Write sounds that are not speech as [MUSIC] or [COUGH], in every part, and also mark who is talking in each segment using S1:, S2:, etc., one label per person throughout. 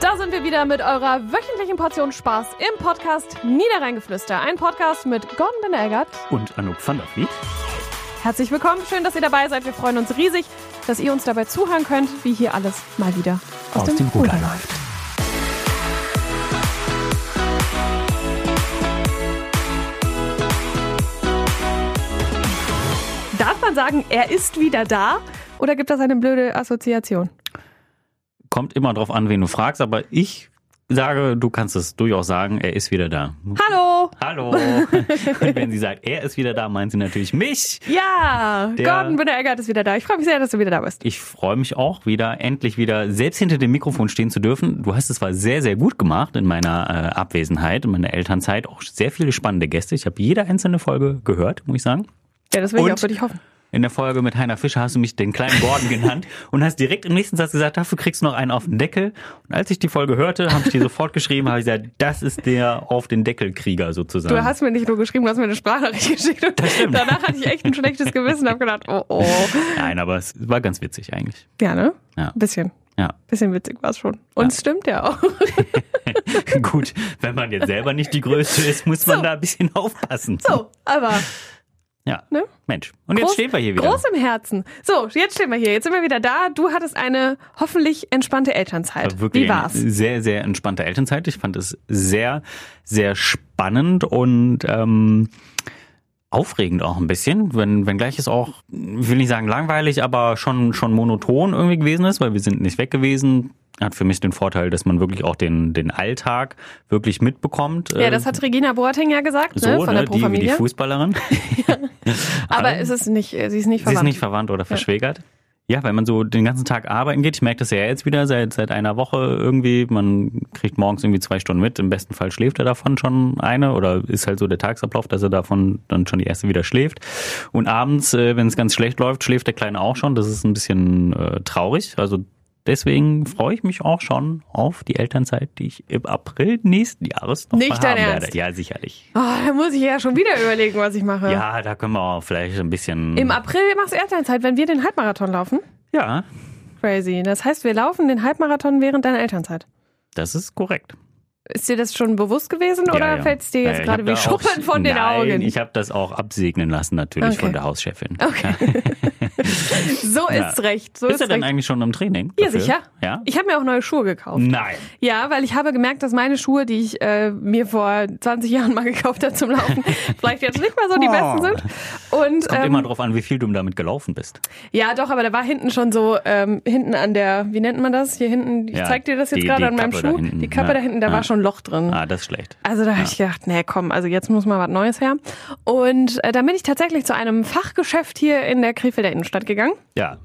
S1: Da sind wir wieder mit eurer wöchentlichen Portion Spaß im Podcast Niederrheingeflüster. Ein Podcast mit Gordon Benelgert.
S2: Und Anouk van der Vliet.
S1: Herzlich willkommen, schön, dass ihr dabei seid. Wir freuen uns riesig, dass ihr uns dabei zuhören könnt, wie hier alles mal wieder aus, dem, Ruder läuft. Darf man sagen, er ist wieder da? Oder gibt das eine blöde Assoziation?
S2: Kommt immer drauf an, wen du fragst, aber ich sage, du kannst es durchaus sagen, er ist wieder da.
S1: Hallo! [LAUGHS]
S2: Hallo! Und wenn sie sagt, er ist wieder da, meint sie natürlich mich.
S1: Ja,
S2: Der-
S1: Gordon Benner-Eggert ist wieder da. Ich freue mich sehr, dass du wieder da bist.
S2: Ich freue mich auch wieder, endlich wieder selbst hinter dem Mikrofon stehen zu dürfen. Du hast es zwar sehr, sehr gut gemacht in meiner äh, Abwesenheit, in meiner Elternzeit. Auch sehr viele spannende Gäste. Ich habe jede einzelne Folge gehört, muss ich sagen.
S1: Ja, das will ich
S2: Und-
S1: auch für dich hoffen.
S2: In der Folge mit Heiner Fischer hast du mich den kleinen
S1: [LAUGHS]
S2: Gordon genannt und hast direkt im nächsten Satz gesagt, dafür kriegst du noch einen auf den Deckel. Und als ich die Folge hörte, habe ich dir sofort geschrieben, habe ich gesagt, das ist der auf den Deckelkrieger sozusagen.
S1: Du hast mir nicht nur geschrieben, du hast mir eine Sprachnachricht [LAUGHS] geschickt. Und
S2: Ähm. stimmt.
S1: danach hatte ich echt ein schlechtes Gewissen und habe gedacht, oh
S2: [LAUGHS]
S1: oh.
S2: Nein, aber es war ganz witzig eigentlich.
S1: Ja, ne?
S2: Ja.
S1: Ein bisschen.
S2: Ja, [LAUGHS]
S1: Bisschen witzig war es schon. Und es stimmt ja auch. [LAUGHS]
S2: gut. Wenn man jetzt selber nicht die Größte ist, muss man
S1: So.
S2: da ein bisschen aufpassen.
S1: So, Oh, aber
S2: Ja,
S1: Ne?
S2: Mensch. Und jetzt
S1: groß,
S2: stehen wir hier wieder.
S1: groß im Herzen. So, jetzt stehen wir hier. Jetzt sind wir wieder da. Du hattest eine hoffentlich entspannte Elternzeit.
S2: War wirklich
S1: Wie war's?
S2: eine sehr, sehr entspannte Elternzeit. Ich fand es sehr, sehr spannend und ähm, aufregend auch ein bisschen, wenn, wenngleich es auch, ich will nicht sagen langweilig, aber schon, schon monoton irgendwie gewesen ist, weil wir sind nicht weg gewesen. Hat für mich den Vorteil, dass man wirklich auch den, den Alltag wirklich mitbekommt.
S1: Ja,
S2: äh,
S1: das hat Regina Boateng ja gesagt, ne,
S2: so,
S1: von
S2: ne,
S1: der Pro
S2: die, wie die
S1: Familia.
S2: Fußballerin.
S1: Aber es ist nicht, äh, sie ist nicht
S2: Sie ist
S1: verwandt.
S2: nicht verwandt oder verschwägert. Ja, wenn man so den ganzen Tag arbeiten geht, ich merke das ja jetzt wieder seit, seit einer Woche irgendwie, man kriegt morgens irgendwie zwei Stunden mit, im besten Fall schläft er davon schon eine oder ist halt so der Tagesablauf, dass er davon dann schon die erste wieder schläft. Und abends, äh, wenn es ganz schlecht läuft, schläft der Kleine auch schon, das ist ein bisschen äh, traurig, also deswegen freue ich mich auch schon auf die Elternzeit, die ich im April nächsten Jahres noch
S1: Nicht
S2: mal
S1: dein
S2: haben
S1: Ernst?
S2: werde. Ja, sicherlich.
S1: oh, da muss ich ja schon wieder überlegen, was ich mache.
S2: Ja, da können wir auch vielleicht ein bisschen...
S1: Im April machst du Elternzeit, wenn wir den Halbmarathon laufen.
S2: ja,
S1: Crazy. Das heißt, wir laufen den Halbmarathon während deiner Elternzeit.
S2: das ist korrekt.
S1: Ist dir das schon bewusst gewesen oder
S2: ja.
S1: fällt es dir jetzt
S2: Ja, ich
S1: gerade
S2: hab
S1: wie
S2: da auch-
S1: Schuppen von den
S2: Nein,
S1: Augen?
S2: Ich habe das auch absegnen lassen, natürlich
S1: Okay.
S2: von der Hauschefin.
S1: so
S2: Ja.
S1: ist recht. So
S2: Bist du
S1: ist
S2: denn
S1: recht.
S2: eigentlich schon im Training?
S1: Ja,
S2: dafür?
S1: sicher.
S2: Ja? Mhm.
S1: Ich habe mir auch neue Schuhe gekauft.
S2: Nein.
S1: Ja, weil ich habe gemerkt, dass meine Schuhe, die ich äh, mir vor 20 Jahren mal [LAUGHS] gekauft habe zum
S2: [LAUGHS]
S1: Laufen, vielleicht jetzt nicht mehr so die
S2: Oh.
S1: besten sind. Und
S2: Kommt
S1: ähm,
S2: immer drauf an, wie viel du damit gelaufen bist.
S1: ja, doch, aber da war hinten schon so ähm, hinten an der, wie nennt man das? Hier hinten, ich
S2: Ja,
S1: zeig dir das jetzt
S2: die-
S1: gerade
S2: die
S1: an meinem
S2: Kappe da
S1: Schuh.
S2: hinten,
S1: die Kappe
S2: ja.
S1: da hinten, da
S2: Ja.
S1: war schon ein Loch drin.
S2: Ah, das ist schlecht.
S1: Also da habe ich gedacht, nee, komm, also jetzt muss mal was Neues her. Und äh, dann bin ich tatsächlich zu einem Fachgeschäft hier in der Krefelder Innenstadt gegangen.
S2: Ja.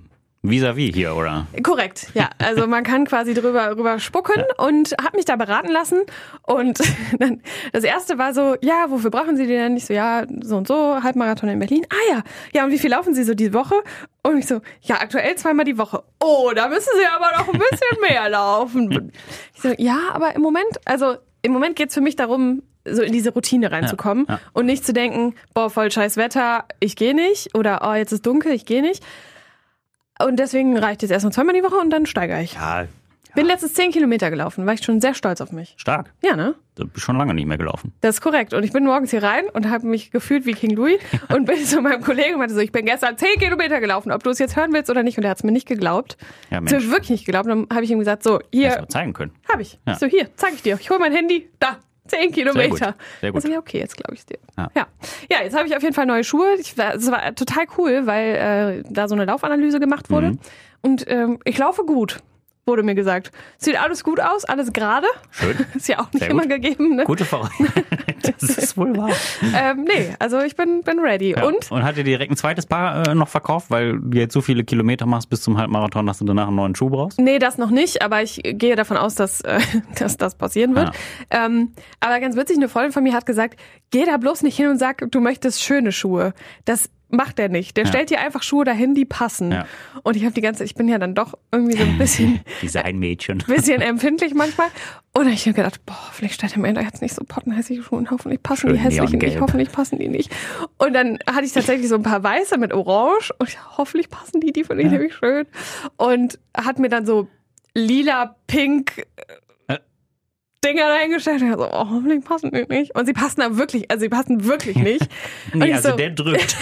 S2: Vis-à-vis hier, oder?
S1: Korrekt, ja. Also man kann quasi drüber, drüber spucken und habe mich da beraten lassen. Und [LAUGHS] dann, das erste war so, ja, wofür brauchen Sie die denn? Ich so, ja, so und so, Halbmarathon in Berlin. Ah ja, ja, und wie viel laufen Sie so die Woche? Und ich so, ja, aktuell zweimal die Woche. Oh, da müssen Sie aber noch ein
S2: [LAUGHS]
S1: bisschen mehr laufen. Ich so, ja, aber im Moment, also im Moment geht's für mich darum, so in diese Routine reinzukommen
S2: ja.
S1: und nicht zu denken, boah, voll scheiß Wetter, ich gehe nicht oder oh, jetzt ist dunkel, ich gehe nicht. Und deswegen reicht jetzt erstmal zweimal die Woche und dann steigere ich.
S2: Ja,
S1: Bin letztens zehn Kilometer gelaufen, war ich schon sehr stolz auf mich.
S2: stark.
S1: Ja, ne?
S2: Du bist schon lange nicht mehr gelaufen.
S1: Das ist korrekt. Und ich bin morgens hier rein und habe mich gefühlt wie King
S2: [LAUGHS]
S1: Louis und bin zu meinem Kollegen und meinte so, ich bin gestern zehn Kilometer gelaufen, ob du es jetzt hören willst oder nicht. Und er hat es mir nicht geglaubt.
S2: Ja,
S1: Hat's mir
S2: Mensch.
S1: wirklich nicht geglaubt. Und dann habe ich ihm gesagt, so, hier,
S2: Hättest du auch zeigen können.
S1: Habe ich.
S2: Ja.
S1: So, hier, zeig ich dir. Ich hole mein Handy. Da, 10 Kilometer.
S2: Sehr gut, sehr gut.
S1: Also, ja, okay, jetzt glaube ich dir. Ja.
S2: Ja.
S1: Ja. jetzt habe ich auf jeden Fall neue Schuhe. Ich, war- es war total cool, weil äh, da so eine Laufanalyse gemacht wurde.
S2: Mhm.
S1: Und ähm, ich laufe gut, wurde mir gesagt. Sieht alles gut aus, alles gerade. [LAUGHS]
S2: Schön.
S1: Ist ja auch nicht
S2: Sehr
S1: immer
S2: gut.
S1: gegeben. Ne?
S2: Gute Voraussetzung. [LAUGHS] Das ist wohl wahr.
S1: Ähm, nee, also ich bin, bin ready.
S2: Ja.
S1: [LAUGHS] Und
S2: Und hat dir direkt ein zweites Paar äh, noch verkauft, weil du jetzt so viele Kilometer machst bis zum Halbmarathon, dass du danach einen neuen
S1: [LAUGHS]
S2: Schuh brauchst?
S1: Nee, das noch nicht, aber ich gehe davon aus, dass, äh, [LAUGHS] dass das passieren wird. Ähm, aber ganz witzig, eine Freundin von mir hat gesagt, geh da bloß nicht hin und sag, du möchtest schöne Schuhe. Das macht er nicht. Der stellt dir einfach Schuhe dahin, die passen.
S2: Ja.
S1: Und ich habe die ganze, ich bin ja dann doch irgendwie so ein
S2: [LAUGHS]
S1: bisschen,
S2: Designmädchen.
S1: bisschen empfindlich manchmal. Und ich habe gedacht, boah, vielleicht stellt er mir da jetzt nicht so pottenhässliche Schuhe und hoffentlich passen die
S2: Schön
S1: hässlichen nicht,
S2: neongelb.
S1: hoffentlich passen die nicht. Und dann hatte ich tatsächlich so ein paar weiße mit Orange und ich, hoffentlich passen die, die finde ich nämlich schön. Und hat mir dann so lila, pink,
S2: Äh,
S1: Dinger reingestellt. Und ich so, oh, hoffentlich passen die nicht. Und sie passen da wirklich, also sie passen wirklich
S2: [LAUGHS]
S1: nicht. Und
S2: Nee,
S1: ich
S2: also
S1: so,
S2: der drückt.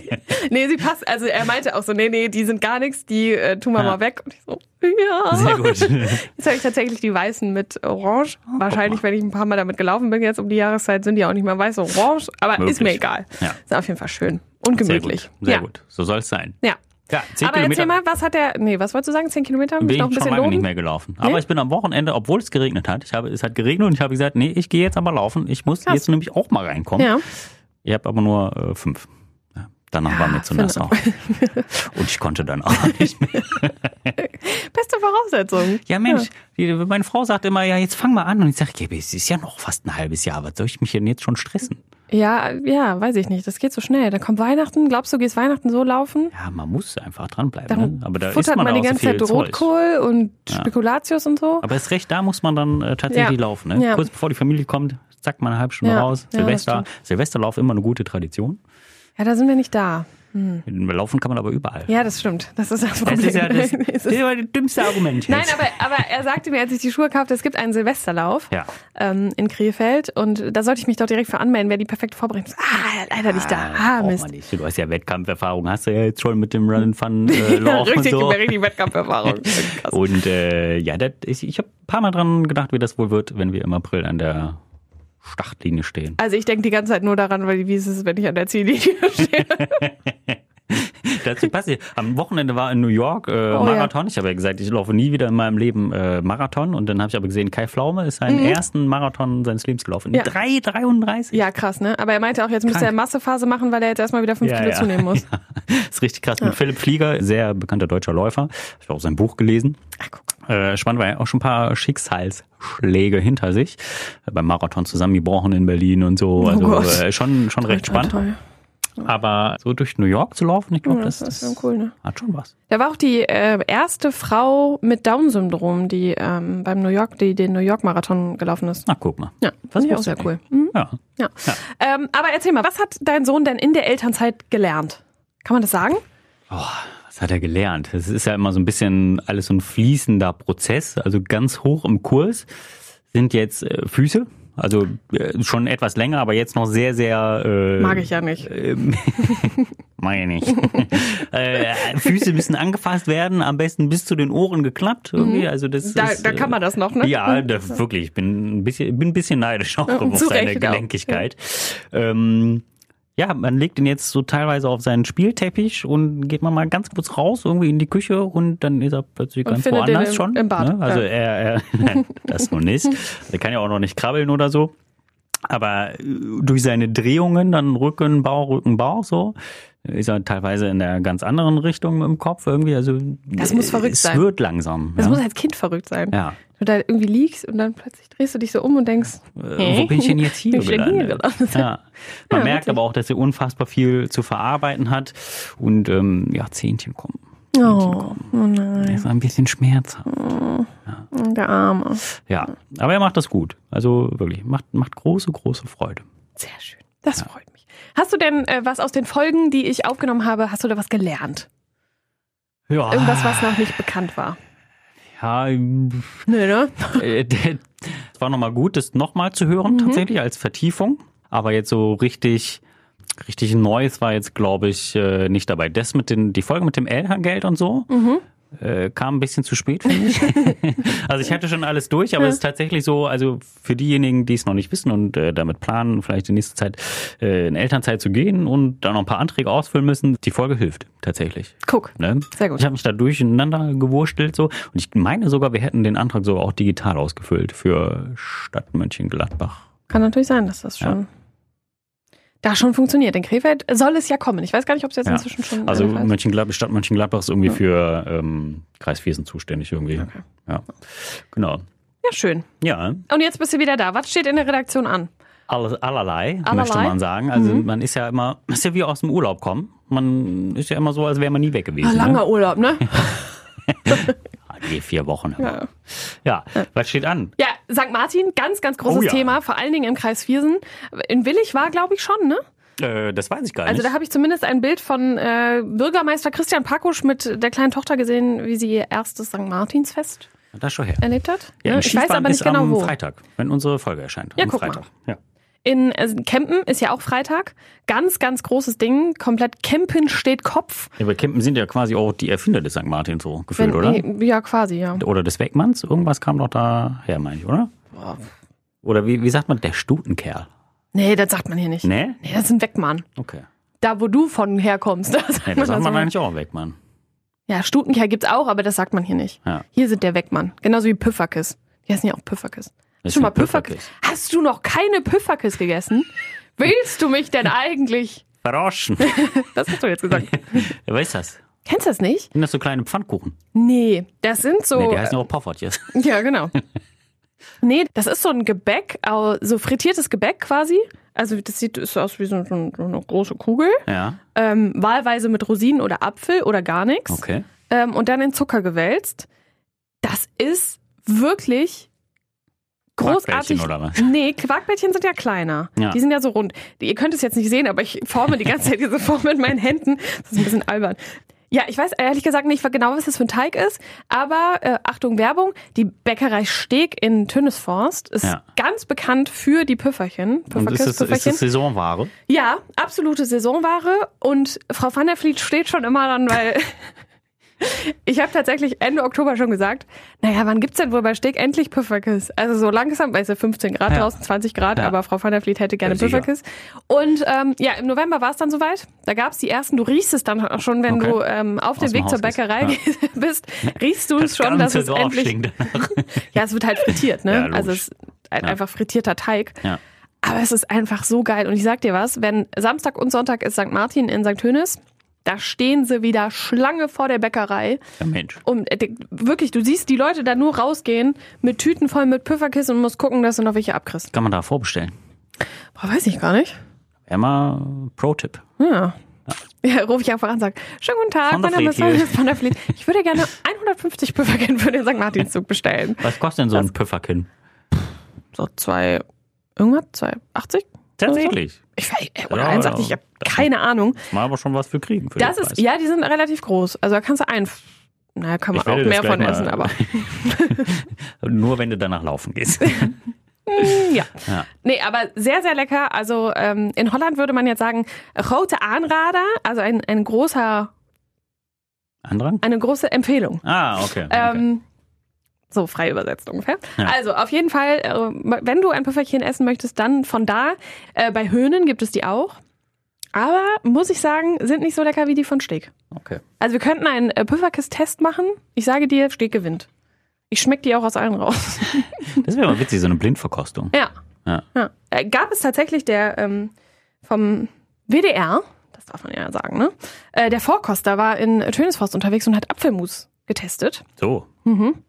S1: [LAUGHS] nee, sie passt, also er meinte auch so, nee, nee, die sind gar nichts, die äh, tun wir
S2: Ja.
S1: mal weg. Und ich so, ja.
S2: Sehr gut.
S1: Jetzt habe ich tatsächlich die weißen mit Orange. Wahrscheinlich, wenn ich ein paar Oh, Mal damit gelaufen bin jetzt um die Jahreszeit, sind die auch nicht mehr weiß und orange. Aber
S2: Möglich.
S1: ist mir egal.
S2: Ja.
S1: Ist auf jeden Fall schön und
S2: Sehr
S1: gemütlich.
S2: gut. Sehr
S1: ja.
S2: gut. So soll es sein.
S1: Ja.
S2: Ja, 10
S1: Aber
S2: Kilometer
S1: erzähl mal, was hat der, nee, was wolltest du sagen? Zehn Kilometer? Muss
S2: bin
S1: ich
S2: ich
S1: noch ein
S2: schon
S1: bisschen
S2: lange nicht
S1: loben?
S2: mehr gelaufen. Aber
S1: Nee?
S2: ich bin am Wochenende, obwohl es geregnet hat, ich habe, es hat geregnet und ich habe gesagt, nee, ich gehe jetzt aber laufen. Ich muss
S1: Krass.
S2: jetzt nämlich auch mal reinkommen.
S1: Ja.
S2: Ich habe aber nur äh, fünf. Ja, danach war mir zu
S1: finde-
S2: nass auch. Und ich konnte dann auch [LAUGHS] nicht mehr.
S1: Beste Voraussetzung.
S2: Ja, Mensch, die, meine Frau sagt immer, ja, jetzt fang mal an. Und ich sage, ja, es ist ja noch fast ein halbes Jahr. Was soll ich mich denn jetzt schon stressen?
S1: Ja, ja, weiß ich nicht. Das geht so schnell. Dann kommt Weihnachten. Glaubst du, gehst Weihnachten so laufen?
S2: Ja, man muss einfach dranbleiben.
S1: Dann
S2: Ne? Aber da ist
S1: futtert
S2: man,
S1: man
S2: auch
S1: die ganze
S2: so viel
S1: Zeit Rotkohl und Spekulatius und so.
S2: Aber ist recht, da muss man dann äh, tatsächlich
S1: Ja.
S2: laufen. Ne?
S1: Ja.
S2: Kurz bevor die Familie kommt, zack, mal eine halbe Stunde
S1: Ja.
S2: raus.
S1: Ja, das
S2: Silvester.
S1: stimmt.
S2: Silvesterlauf immer eine gute Tradition.
S1: Ja, da sind wir nicht da.
S2: Laufen kann man aber überall.
S1: Ja, das stimmt. Das ist das Problem.
S2: Das
S1: [LAUGHS]
S2: ist ja
S1: Es
S2: das,
S1: ist-
S2: das, ist aber das dümmste Argument.
S1: Nein,
S2: jetzt.
S1: aber, aber er sagte mir, als ich die Schuhe kaufte, es gibt einen Silvesterlauf
S2: Ja.
S1: ähm, in Krefeld und da sollte ich mich doch direkt für anmelden, wer die perfekt vorbereitet ist. Ah, leider nicht da. Ah,
S2: braucht
S1: Mist.
S2: man nicht. Du hast ja Wettkampferfahrung, hast du ja jetzt schon mit dem Run and Fun
S1: [LAUGHS] [LAUGHS]
S2: äh,
S1: Ja,
S2: Lauf und
S1: richtig,
S2: so.
S1: richtig
S2: [LAUGHS]
S1: Wettkampferfahrung. Krass.
S2: Und äh, ja, das, ich, ich habe ein paar Mal dran gedacht, wie das wohl wird, wenn wir im April an der Startlinie stehen.
S1: Also ich denke die ganze Zeit nur daran, weil wie ist es, wenn ich an der Ziellinie [LAUGHS] stehe.
S2: Dazu passt ja. Am Wochenende war in New York äh,
S1: Oh
S2: Marathon. Ich habe ja gesagt, ich laufe nie wieder in meinem Leben äh, Marathon. Und dann habe ich aber gesehen, Kai Pflaume ist seinen ersten Marathon seines Lebens gelaufen.
S1: Mhm. Ja.
S2: 3,33.
S1: Ja, krass, ne? Aber er meinte auch, jetzt müsste er Massephase machen, weil er jetzt erstmal wieder 5 Kilo zunehmen muss.
S2: Ja. Ist richtig krass. Und Philipp Flieger, sehr bekannter deutscher Läufer, habe ich auch sein Buch gelesen.
S1: Ach, guck.
S2: Äh, spannend, weil er auch schon ein paar Schicksalsschläge hinter sich. Äh, beim Marathon zusammengebrochen in Berlin und so. Also
S1: Oh Gott.
S2: äh, schon, schon [LAUGHS] recht spannend.
S1: Toll.
S2: Aber so durch New York zu laufen, ich glaube,
S1: Ja,
S2: das,
S1: das ist schon cool, ne?
S2: hat schon was.
S1: Da war auch die äh, erste Frau mit Down-Syndrom, die ähm, beim New York, die den New York-Marathon gelaufen ist.
S2: Na, guck mal.
S1: Ja,
S2: Was
S1: finde ich auch
S2: wusste
S1: sehr
S2: ich?
S1: cool. Mhm,
S2: Ja.
S1: ja. Ähm, aber erzähl mal, was hat dein Sohn denn in der Elternzeit gelernt? Kann man das sagen?
S2: Was hat er gelernt? Es ist ja immer so ein bisschen alles so ein fließender Prozess. Also ganz hoch im Kurs sind jetzt äh, Füße. Also äh, schon etwas länger, aber jetzt noch sehr, sehr. Äh,
S1: Mag ich ja nicht.
S2: Ähm, Meine ich. [LAUGHS] äh, Füße müssen angefasst werden, am besten bis zu den Ohren geklappt. Irgendwie. Also das
S1: Mhm. Da,
S2: ist,
S1: da kann man das noch, ne?
S2: ja, da, wirklich. Ich bin ein bisschen, bin ein bisschen neidisch auch
S1: Ja, und
S2: auf
S1: zu
S2: seine
S1: Recht auch.
S2: Gelenkigkeit. Ähm, ja, man legt ihn jetzt so teilweise auf seinen Spielteppich und geht man mal ganz kurz raus, irgendwie in die Küche und dann ist er plötzlich
S1: Und
S2: ganz
S1: findet den
S2: woanders
S1: im-
S2: schon.
S1: im Bad,
S2: Ne? Also
S1: ja.
S2: er, [LAUGHS] er nein, das nun nicht. Er kann ja auch noch nicht krabbeln oder so. Aber äh, durch seine Drehungen, dann Rücken, Bauch, Rücken, Bauch, so, ist er teilweise in der ganz anderen Richtung im Kopf irgendwie. Also
S1: Das muss verrückt
S2: es
S1: sein.
S2: Es wird langsam.
S1: Das
S2: ja?
S1: muss als Kind verrückt sein.
S2: ja.
S1: Du da irgendwie liegst und dann plötzlich drehst du dich so um und denkst,
S2: Äh, Wo bin ich denn
S1: [LAUGHS]
S2: jetzt hier
S1: Bin ich denn hier
S2: gelandet? Ja. Man
S1: Ja,
S2: merkt
S1: wirklich.
S2: aber auch, dass er unfassbar viel zu verarbeiten hat und ähm, ja, Zähnchen kommen.
S1: oh, oh nein,
S2: Er ist ein bisschen schmerzhaft.
S1: der Arme.
S2: Ja, aber er macht das gut. Also wirklich, macht, macht große, große Freude.
S1: Sehr schön. Das freut mich. Hast du denn äh, was aus den Folgen, die ich aufgenommen habe, hast du da was gelernt?
S2: Ja,
S1: Irgendwas, was noch nicht bekannt war?
S2: Ah. ja ähm,
S1: Nee, ne?
S2: äh, [LAUGHS] es war nochmal gut, das nochmal zu hören, tatsächlich als Vertiefung. Aber jetzt so richtig, richtig Neues war jetzt, glaube ich, äh, nicht dabei. Das mit den, die Folge mit dem Elterngeld und so. Äh, kam ein bisschen zu spät, finde ich. also ich hatte schon alles durch, aber es ist tatsächlich so, also für diejenigen, die es noch nicht wissen und äh, damit planen, vielleicht die nächste Zeit äh, in Elternzeit zu gehen und dann noch ein paar Anträge ausfüllen müssen, die Folge hilft tatsächlich.
S1: Guck.
S2: Ne?
S1: Sehr gut.
S2: Ich habe mich da durcheinander gewurstelt so. Und ich meine sogar, wir hätten den Antrag sogar auch digital ausgefüllt für Stadt Mönchengladbach.
S1: Kann natürlich sein, dass das schon. Da schon funktioniert. In Krefeld soll es ja kommen. Ich weiß gar nicht, ob es jetzt
S2: Ja.
S1: inzwischen schon.
S2: Also
S1: äh, weiß.
S2: Mönchengladbach, Stadt Mönchengladbach ist irgendwie für ähm, Kreis Viersen zuständig irgendwie.
S1: Okay.
S2: Ja. Genau.
S1: ja, schön.
S2: Ja,
S1: Und jetzt bist du wieder da. Was steht in der Redaktion an?
S2: alles, allerlei,
S1: Allerlei? Mhm.
S2: möchte man sagen. Also man ist ja immer, ist ja wie aus dem Urlaub kommen. Man ist ja immer so, als wäre man nie weg gewesen. Ne?
S1: Langer Urlaub, ne?
S2: Ah, Die vier Wochen.
S1: Ja.
S2: ja, was steht an?
S1: [LAUGHS] Ja, St. Martin, ganz, ganz großes
S2: Oh ja.
S1: Thema, vor allen Dingen im Kreis Viersen. In Willig war, glaube ich, schon, ne?
S2: Äh, das weiß ich gar
S1: Also
S2: nicht.
S1: da habe ich zumindest ein Bild von äh, Bürgermeister Christian Pakusch mit der kleinen Tochter gesehen, wie sie ihr erstes St. Martinsfest
S2: Das ist schon her.
S1: erlebt hat.
S2: Ja,
S1: Ne?
S2: im
S1: ich weiß
S2: Skifahren
S1: aber nicht
S2: ist
S1: genau
S2: am
S1: wo.
S2: Freitag, wenn unsere Folge erscheint.
S1: Ja,
S2: am
S1: guck mal.
S2: Freitag. Ja.
S1: In äh, Kempen ist ja auch Freitag. Ganz, ganz großes Ding. Komplett Kempen steht Kopf.
S2: ja, aber Kempen sind ja quasi auch die Erfinder des St. Martins so gefühlt, oder?
S1: nee, Ja, quasi, ja.
S2: Oder des Wegmanns. Irgendwas kam doch da her, meine ich, oder?
S1: Boah.
S2: Oder wie, wie sagt man, der Stutenkerl?
S1: Nee, das sagt man hier nicht.
S2: Ne?
S1: Nee, das ist ein Wegmann.
S2: Okay.
S1: Da, wo du von herkommst. [LAUGHS] Da sagt also
S2: Nee, das sagt
S1: das
S2: man
S1: immer.
S2: eigentlich auch Wegmann.
S1: Ja, Stutenkerl gibt's auch, aber das sagt man hier nicht.
S2: Ja.
S1: Hier sind der Wegmann. Genauso wie Püfferkes. Die heißen ja auch Püfferkes.
S2: ist
S1: Hast du schon mal
S2: denn
S1: Püfferkes? Hast du noch keine Püfferkes gegessen? Willst du mich denn eigentlich? [LAUGHS]
S2: Verarschen.
S1: Das hast du jetzt
S2: [LAUGHS]
S1: gesagt.
S2: Wer weiß das?
S1: Kennst du das nicht?
S2: Sind das so kleine Pfannkuchen?
S1: Nee, das sind so.
S2: Nee, die heißen auch Poffertjes.
S1: [LAUGHS] Ja, genau. Nee, das ist so ein Gebäck, au- so frittiertes Gebäck quasi. Also das sieht ist so aus wie so, so so eine große Kugel.
S2: Ja,
S1: Ähm, wahlweise mit Rosinen oder Apfel oder gar nichts.
S2: okay.
S1: Ähm, und dann in Zucker gewälzt. Das ist wirklich großartig.
S2: Quarkbällchen oder was?
S1: Nee, Quarkbällchen sind ja kleiner.
S2: Ja.
S1: Die sind ja so rund. Ihr könnt es jetzt nicht sehen, aber ich forme die ganze Zeit diese Form mit meinen Händen. Das ist ein bisschen albern. Ja, ich weiß ehrlich gesagt nicht genau, was das für ein Teig ist, aber äh, Achtung Werbung, die Bäckerei Steg in Tönnesforst ist
S2: Ja.
S1: ganz bekannt für die Püfferchen.
S2: Und
S1: Püfferkes,
S2: ist es, ist
S1: Püfferchen.
S2: es Saisonware?
S1: Ja, absolute Saisonware und Frau van der Vliet steht schon immer dann,
S2: [LAUGHS]
S1: weil ich habe tatsächlich Ende Oktober schon gesagt, naja, wann gibt's denn wohl bei Steg endlich Püfferkiss? Also so langsam, weil es ja 15 Grad
S2: Ja.
S1: draußen, 20 Grad,
S2: Ja.
S1: aber Frau van der Vliet hätte gerne
S2: Ja, sicher.
S1: Püfferkiss. Und ähm, ja, im November war es dann soweit, da gab's die ersten, du riechst es dann auch schon, wenn
S2: Okay.
S1: du ähm, auf
S2: Aus
S1: dem
S2: dem
S1: Weg zur
S2: Haus bist.
S1: Bäckerei [LAUGHS] bist, riechst du es schon, dass
S2: ganze
S1: es
S2: Dorf
S1: endlich...
S2: stinkt
S1: [LAUGHS]
S2: danach.
S1: Ja, es wird halt frittiert,
S2: Ja,
S1: ne?
S2: logisch.
S1: also es ist ein,
S2: Ja.
S1: einfach frittierter Teig.
S2: Ja.
S1: Aber es ist einfach so geil. Und ich sag dir was, wenn Samstag und Sonntag ist St. Martin in St. Hönis, da stehen sie wieder Schlange vor der Bäckerei.
S2: ja, Mensch.
S1: Und äh, d- wirklich, du siehst die Leute da nur rausgehen mit Tüten voll mit Püfferkissen und musst gucken, dass du noch welche abkriegst.
S2: Kann man da vorbestellen?
S1: Boah, weiß ich gar nicht.
S2: Emma, Pro-Tipp.
S1: Ja. Ja, rufe ich einfach an und sage, schönen guten Tag,
S2: Von der
S1: mein Name ist
S2: Fleet hier."
S1: Sonja von der Fleet. Ich würde gerne 150 Püfferkissen für den St. Martinszug bestellen.
S2: Was kostet denn so ein Püfferkin?
S1: So zwei, irgendwas, zwei, 80?
S2: Tatsächlich.
S1: Ich weiß, äh, oder
S2: Ja,
S1: 1,80,
S2: ja.
S1: ich habe keine Ahnung.
S2: Mal aber schon was für kriegen. Für
S1: Das
S2: den
S1: ist,
S2: Preis.
S1: ja, die sind relativ groß. Also da kannst du ein, naja, kann man
S2: Ich werde
S1: auch
S2: das
S1: mehr
S2: gleich
S1: von
S2: mal-
S1: essen,
S2: [LAUGHS]
S1: aber
S2: Nur wenn du danach
S1: [LAUGHS]
S2: laufen gehst.
S1: hm, ja.
S2: Ja.
S1: Nee, aber sehr, sehr lecker. Also ähm, in Holland würde man jetzt sagen, rote Aanrader, also ein, ein großer,
S2: Andrang?
S1: eine große Empfehlung.
S2: Ah, okay. okay.
S1: Ähm, so frei übersetzt ungefähr.
S2: Ja.
S1: Also auf jeden Fall, äh, wenn du ein Püfferchen essen möchtest, dann von da. Äh, bei Höhnen gibt es die auch. Aber muss ich sagen, sind nicht so lecker wie die von Steg.
S2: okay.
S1: Also wir könnten einen äh, Püfferkiss-Test machen. Ich sage dir, Steg gewinnt. Ich schmeck die auch aus allen raus. [LAUGHS]
S2: Das wäre mal witzig, so eine Blindverkostung.
S1: ja.
S2: Ja.
S1: Äh, Gab es tatsächlich der ähm, vom WDR, das darf man ja sagen, ne? Äh, der Vorkoster war in Tönesforst unterwegs und hat Apfelmus getestet.
S2: So.
S1: Mhm.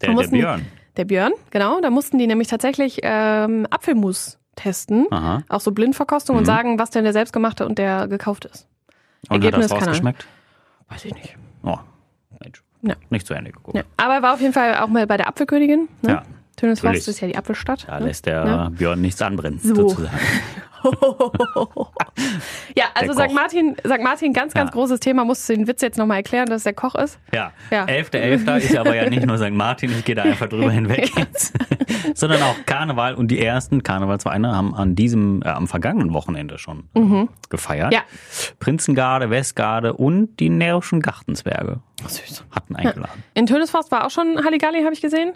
S2: Der, der
S1: mussten-
S2: Björn.
S1: Der Björn, genau. Da mussten die nämlich tatsächlich ähm, Apfelmus testen.
S2: Aha.
S1: Auch so Blindverkostung
S2: Mhm.
S1: und sagen, was denn der selbstgemachte und der gekaufte ist.
S2: Und
S1: Ergebnis
S2: hat das
S1: keine
S2: rausgeschmeckt?
S1: Weiß ich nicht.
S2: Oh, Mensch.
S1: Ja.
S2: Nicht zu Ende geguckt.
S1: Ja. Aber war auf jeden Fall auch mal bei der Apfelkönigin. Ne?
S2: Ja.
S1: Tönesforst
S2: Natürlich.
S1: ist ja die Apfelstadt.
S2: Da
S1: ne?
S2: lässt der
S1: Ja.
S2: Björn nichts anbrennen,
S1: So.
S2: sozusagen.
S1: [LAUGHS] ja, also
S2: Der
S1: St.
S2: Koch.
S1: Martin, St. Martin, ganz, ganz
S2: Ja.
S1: großes Thema. Musst du den Witz jetzt nochmal erklären, dass der Koch ist?
S2: Ja.
S1: Ja.
S2: 11.11. ist aber ja nicht nur St. Martin, ich gehe da einfach drüber hinweg jetzt. [LAUGHS] Sondern auch Karneval und die ersten Karnevalsvereine haben an diesem, äh, am vergangenen Wochenende schon äh, gefeiert.
S1: Mhm. Ja.
S2: Prinzengarde, Westgarde und die närrischen Gartenzwerge
S1: süß.
S2: hatten eingeladen.
S1: In Tönesforst war auch schon Halligalli, habe ich gesehen.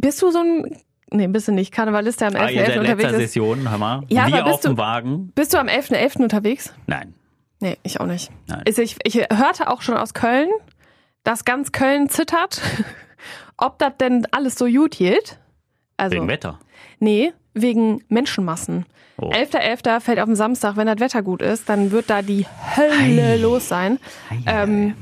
S1: Bist du so ein, nee, bist du nicht, Karnevalist, der am 11.11.
S2: Ah, ihr seid
S1: unterwegs
S2: letzter
S1: ist.
S2: Session, hör mal.
S1: Ja, aber
S2: Wir
S1: bist
S2: auf dem
S1: du-
S2: Wagen.
S1: Bist du am 11.11. unterwegs?
S2: Nein.
S1: Nee, ich auch nicht.
S2: Nein.
S1: Also Ich, ich hörte auch schon aus Köln, dass ganz Köln zittert, [LAUGHS] ob das denn alles so gut geht. Also,
S2: Wegen Wetter.
S1: Nee, wegen Menschenmassen.
S2: Oh.
S1: 11.11. fällt auf den Samstag, wenn das Wetter gut ist, dann wird da die Hölle los sein. Ähm,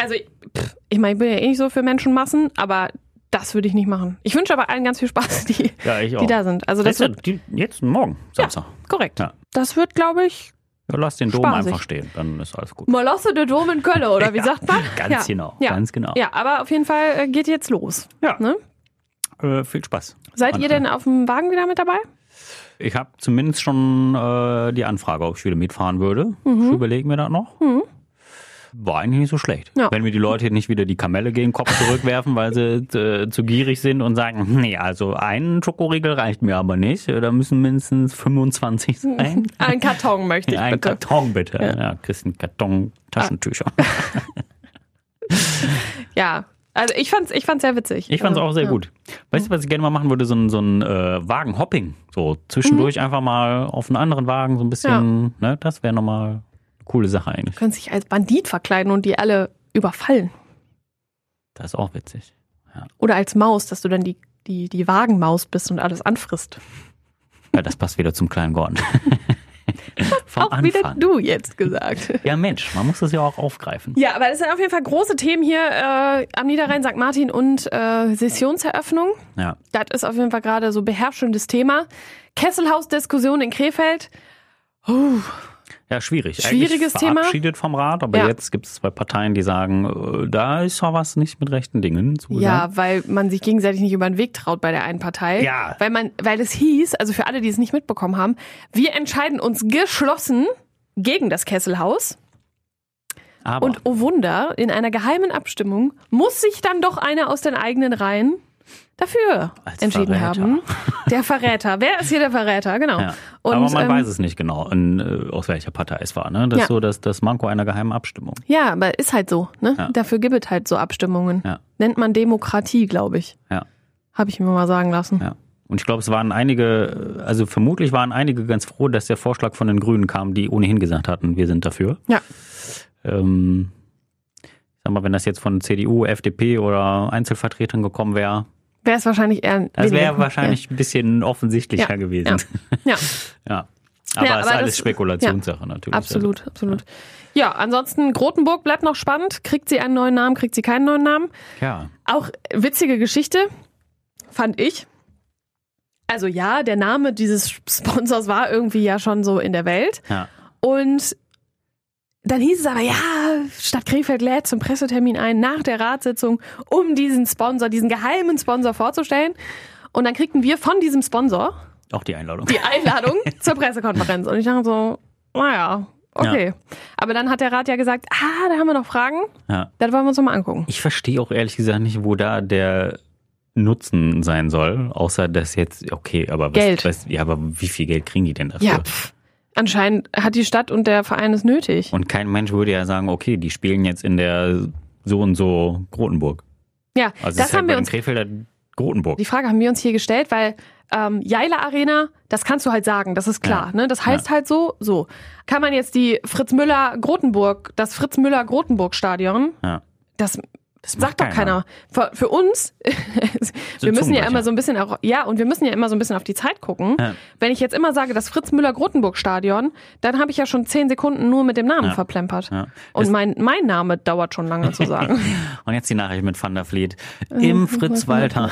S1: also, pff, ich meine, ich bin ja eh nicht so für Menschenmassen, aber das würde ich nicht machen. Ich wünsche aber allen ganz viel Spaß, [LAUGHS] die,
S2: ja, ich auch.
S1: die da sind. Also, das wird
S2: jetzt, die, jetzt morgen, Samstag.
S1: korrekt.
S2: Ja.
S1: Das wird, glaube ich,
S2: Ja, lass den Dom
S1: Sparsig.
S2: einfach stehen, dann ist alles gut.
S1: Molosse de Dom in Köln, oder wie
S2: [LAUGHS] Ja,
S1: sagt man?
S2: Ganz
S1: ja.
S2: genau,
S1: Ja.
S2: ganz genau.
S1: Ja, aber auf jeden Fall äh, geht jetzt los.
S2: Ja.
S1: Ne?
S2: Äh, viel Spaß.
S1: Seid
S2: Und,
S1: ihr denn auf dem Wagen wieder mit dabei?
S2: Ich habe
S1: Mhm.
S2: zumindest schon äh, die Anfrage, ob ich wieder mitfahren würde. Ich überlege mir das noch. war eigentlich nicht so schlecht.
S1: Ja.
S2: Wenn wir die Leute nicht wieder die Kamelle gegen den Kopf zurückwerfen, weil sie äh, zu gierig sind und sagen, nee, also ein Schokoriegel reicht mir aber nicht, da müssen
S1: [LAUGHS]
S2: mindestens 25 sein.
S1: Ein Karton möchte ich
S2: [LAUGHS] Ein
S1: bitte. Ah.
S2: Karton bitte. Ja, kriegst einen Karton Taschentücher.
S1: Ja. Also ich fand's, ich fand's sehr witzig.
S2: Ich fand es
S1: also,
S2: auch sehr
S1: ja.
S2: gut. Weißt du, was ich gerne mal machen würde? So ein, so ein äh, Wagenhopping. So zwischendurch
S1: Mhm.
S2: einfach mal auf einen anderen Wagen so ein bisschen. Ne, das wäre nochmal eine coole Sache eigentlich.
S1: Können sich als Bandit verkleiden und die alle überfallen.
S2: Das ist auch witzig.
S1: Oder als Maus, dass du dann die, die, die Wagenmaus bist und alles anfrisst.
S2: Ja, das passt wieder zum kleinen Gordon. Vom
S1: auch wieder
S2: Anfang.
S1: du jetzt gesagt.
S2: [LAUGHS] Ja, Mensch, man muss das ja auch aufgreifen.
S1: Ja, aber das sind auf jeden Fall große Themen hier äh, am Niederrhein, St. Martin und äh, Sessionseröffnung.
S2: Ja.
S1: Das ist auf jeden Fall gerade so beherrschendes Thema. Kesselhaus-Diskussion in Krefeld. Uh,
S2: Ja, schwierig.
S1: Schwieriges
S2: Eigentlich
S1: Thema.
S2: verabschiedet vom Rat, aber
S1: Ja.
S2: jetzt gibt es zwei Parteien, die sagen, äh, da ist doch was nicht mit rechten Dingen zugesagt.
S1: ja, weil man sich gegenseitig nicht über den Weg traut bei der einen Partei.
S2: Ja.
S1: Weil man, weil es hieß, also für alle, die es nicht mitbekommen haben, wir entscheiden uns geschlossen gegen das Kesselhaus.
S2: aber
S1: Und oh Wunder, in einer geheimen Abstimmung muss sich dann doch einer aus den eigenen Reihen dafür
S2: Als
S1: entschieden
S2: Verräter.
S1: haben. Der Verräter. Wer ist hier der Verräter? Genau.
S2: Ja.
S1: Und,
S2: Aber man
S1: ähm,
S2: weiß es nicht genau, in, äh, aus welcher Partei es war. Ne? Das
S1: Ja.
S2: ist so das, das Manko einer geheimen Abstimmung.
S1: Ja, aber ist halt so. Ne?
S2: Ja.
S1: Dafür gibt es halt so Abstimmungen.
S2: Ja.
S1: Nennt man Demokratie, glaube ich.
S2: Ja.
S1: Habe ich mir mal sagen lassen.
S2: Ja. Und ich glaube, es waren einige, äh, also vermutlich waren einige ganz froh, dass der Vorschlag von den Grünen kam, die ohnehin gesagt hatten, wir sind dafür.
S1: Ja.
S2: Ähm, ich sag mal, wenn das jetzt von CDU, FDP oder Einzelvertretern gekommen wäre,
S1: Wäre es wahrscheinlich eher.
S2: das
S1: weniger-
S2: wäre wahrscheinlich ein bisschen offensichtlicher
S1: Ja.
S2: gewesen.
S1: Ja, ja
S2: [LAUGHS] Ja. Aber
S1: Ja,
S2: es ist
S1: aber
S2: alles
S1: das-
S2: Spekulationssache natürlich. Also,
S1: absolut, absolut. Ja, ansonsten, Grotenburg bleibt noch spannend. Kriegt sie einen neuen Namen, kriegt sie keinen neuen Namen?
S2: Also, ja.
S1: Auch witzige Geschichte, fand ich. Also ja, der Name dieses Sponsors war irgendwie ja schon so in der Welt.
S2: ja.
S1: Und dann hieß es aber, ja, Stadt Krefeld lädt zum Pressetermin ein nach der Ratssitzung, um diesen Sponsor, diesen geheimen Sponsor vorzustellen. Und dann kriegten wir von diesem Sponsor
S2: Auch die Einladung.
S1: die Einladung
S2: [LAUGHS]
S1: zur Pressekonferenz. Und ich dachte so, naja, okay. Aber dann hat der Rat ja gesagt, ah, da haben wir noch Fragen,
S2: Ja.
S1: das wollen wir uns noch mal angucken.
S2: Ich verstehe auch ehrlich gesagt nicht, wo da der Nutzen sein soll, außer dass jetzt, okay, aber was,
S1: Geld.
S2: Was, ja, aber wie viel Geld kriegen die denn dafür?
S1: Ja, pff. anscheinend hat die Stadt und der Verein es nötig.
S2: Und kein Mensch würde ja sagen, okay, die spielen jetzt in der so und so Grotenburg.
S1: Ja,
S2: Also
S1: das
S2: es ist halt
S1: haben
S2: bei
S1: wir
S2: den
S1: uns
S2: Krefelder Grotenburg.
S1: Die Frage haben wir uns hier gestellt, weil ähm, Jaila Arena, das kannst du halt sagen, das ist klar.
S2: Ja.
S1: Ne? Das heißt halt so, so. Kann man jetzt die Fritz Müller Grotenburg, das Fritz Müller Grotenburg Stadion,
S2: Ja.
S1: das, sagt
S2: macht
S1: doch keiner. Für, für uns, [LAUGHS] wir müssen ja
S2: Zungenbrecher.
S1: immer so ein bisschen, auch, ja, und wir müssen ja immer so ein bisschen auf die Zeit gucken.
S2: Ja.
S1: Wenn ich jetzt immer sage, das Fritz Müller Grotenburg Stadion, dann habe ich ja schon zehn Sekunden nur mit dem Namen
S2: Ja.
S1: verplempert.
S2: Ja.
S1: Und mein, mein Name dauert schon lange zu
S2: [LAUGHS]
S1: sagen.
S2: Und jetzt die Nachricht mit Van
S1: [LAUGHS]
S2: der Vliet. Im Fritz-Walter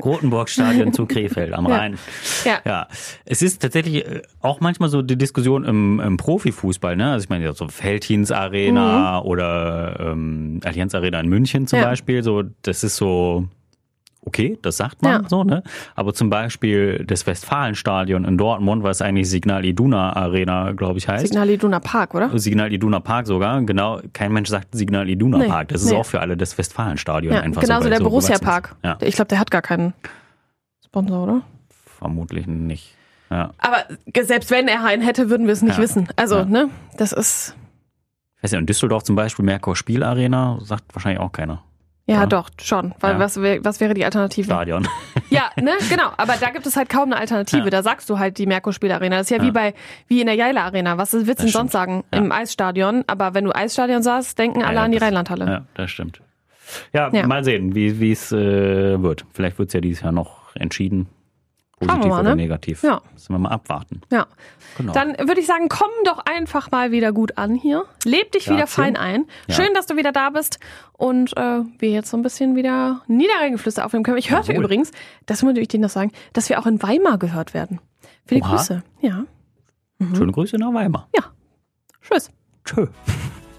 S2: Grotenburg-Stadion zu Krefeld am Rhein.
S1: ja.
S2: [LAUGHS] Ja, es ist tatsächlich äh, auch manchmal so die Diskussion im, im Profifußball, ne? Also ich meine, so Feldhins Arena oder ähm, Allianz Arena in München zum
S1: Mhm. Ja.
S2: Beispiel, so, das ist so, okay, das sagt man
S1: Ja.
S2: so, ne? Aber zum Beispiel das Westfalenstadion in Dortmund, was eigentlich Signal Iduna Arena, glaube ich, heißt. Signal
S1: Signal Iduna Park, oder?
S2: Iduna Park sogar, genau. Kein Mensch sagt Signal Iduna
S1: Nee,
S2: Park. Das ist
S1: nee.
S2: auch für alle das Westfalenstadion
S1: Ja,
S2: einfach
S1: genauso
S2: so. weil
S1: der
S2: so
S1: Borussia
S2: gewachsen ist.
S1: Park.
S2: Ja,
S1: Ich glaube, der hat gar keinen Sponsor, oder?
S2: vermutlich nicht. Ja.
S1: Aber ge- selbst wenn er einen hätte, würden wir es nicht
S2: Ja.
S1: wissen. Also,
S2: Ja.
S1: ne, das ist.
S2: Ich weiß ja, in Düsseldorf zum Beispiel Merkur Spielarena, sagt wahrscheinlich auch keiner.
S1: Ja,
S2: Ja.
S1: doch, schon. Weil
S2: Ja.
S1: was, wär, was wäre die Alternative?
S2: Stadion.
S1: Ja, ne, genau. Aber da gibt es halt kaum eine Alternative.
S2: Ja.
S1: Da sagst du halt die Merkur-Spiel-Arena. Das ist ja, wie bei, wie in der Jaila Arena. Was willst du denn sonst sagen? Im Eisstadion. Aber wenn du Eisstadion sagst, denken alle
S2: Ja,
S1: an die
S2: das-
S1: Rheinlandhalle.
S2: Ja, das stimmt. Ja,
S1: Ja.
S2: mal sehen, wie wie es äh, wird. Vielleicht wird es ja dieses Jahr noch entschieden.
S1: Schauen wir
S2: Positiv
S1: mal,
S2: oder
S1: ne?
S2: negativ.
S1: Ja.
S2: Müssen wir mal abwarten.
S1: Ja.
S2: Genau.
S1: Dann würde ich sagen, komm doch einfach mal wieder gut an hier. Leb dich wieder
S2: Grazie.
S1: fein ein.
S2: Ja.
S1: Schön, dass du wieder da bist. Und äh, wir jetzt so ein bisschen wieder Niederrheingeflüster aufnehmen können. Ich hörte
S2: Jawohl.
S1: übrigens, das würde ich dir noch sagen, dass wir auch in Weimar gehört werden. Viele
S2: Oha.
S1: Grüße. Ja. Mhm.
S2: Schöne Grüße nach Weimar.
S1: Tschüss.
S2: Tschö.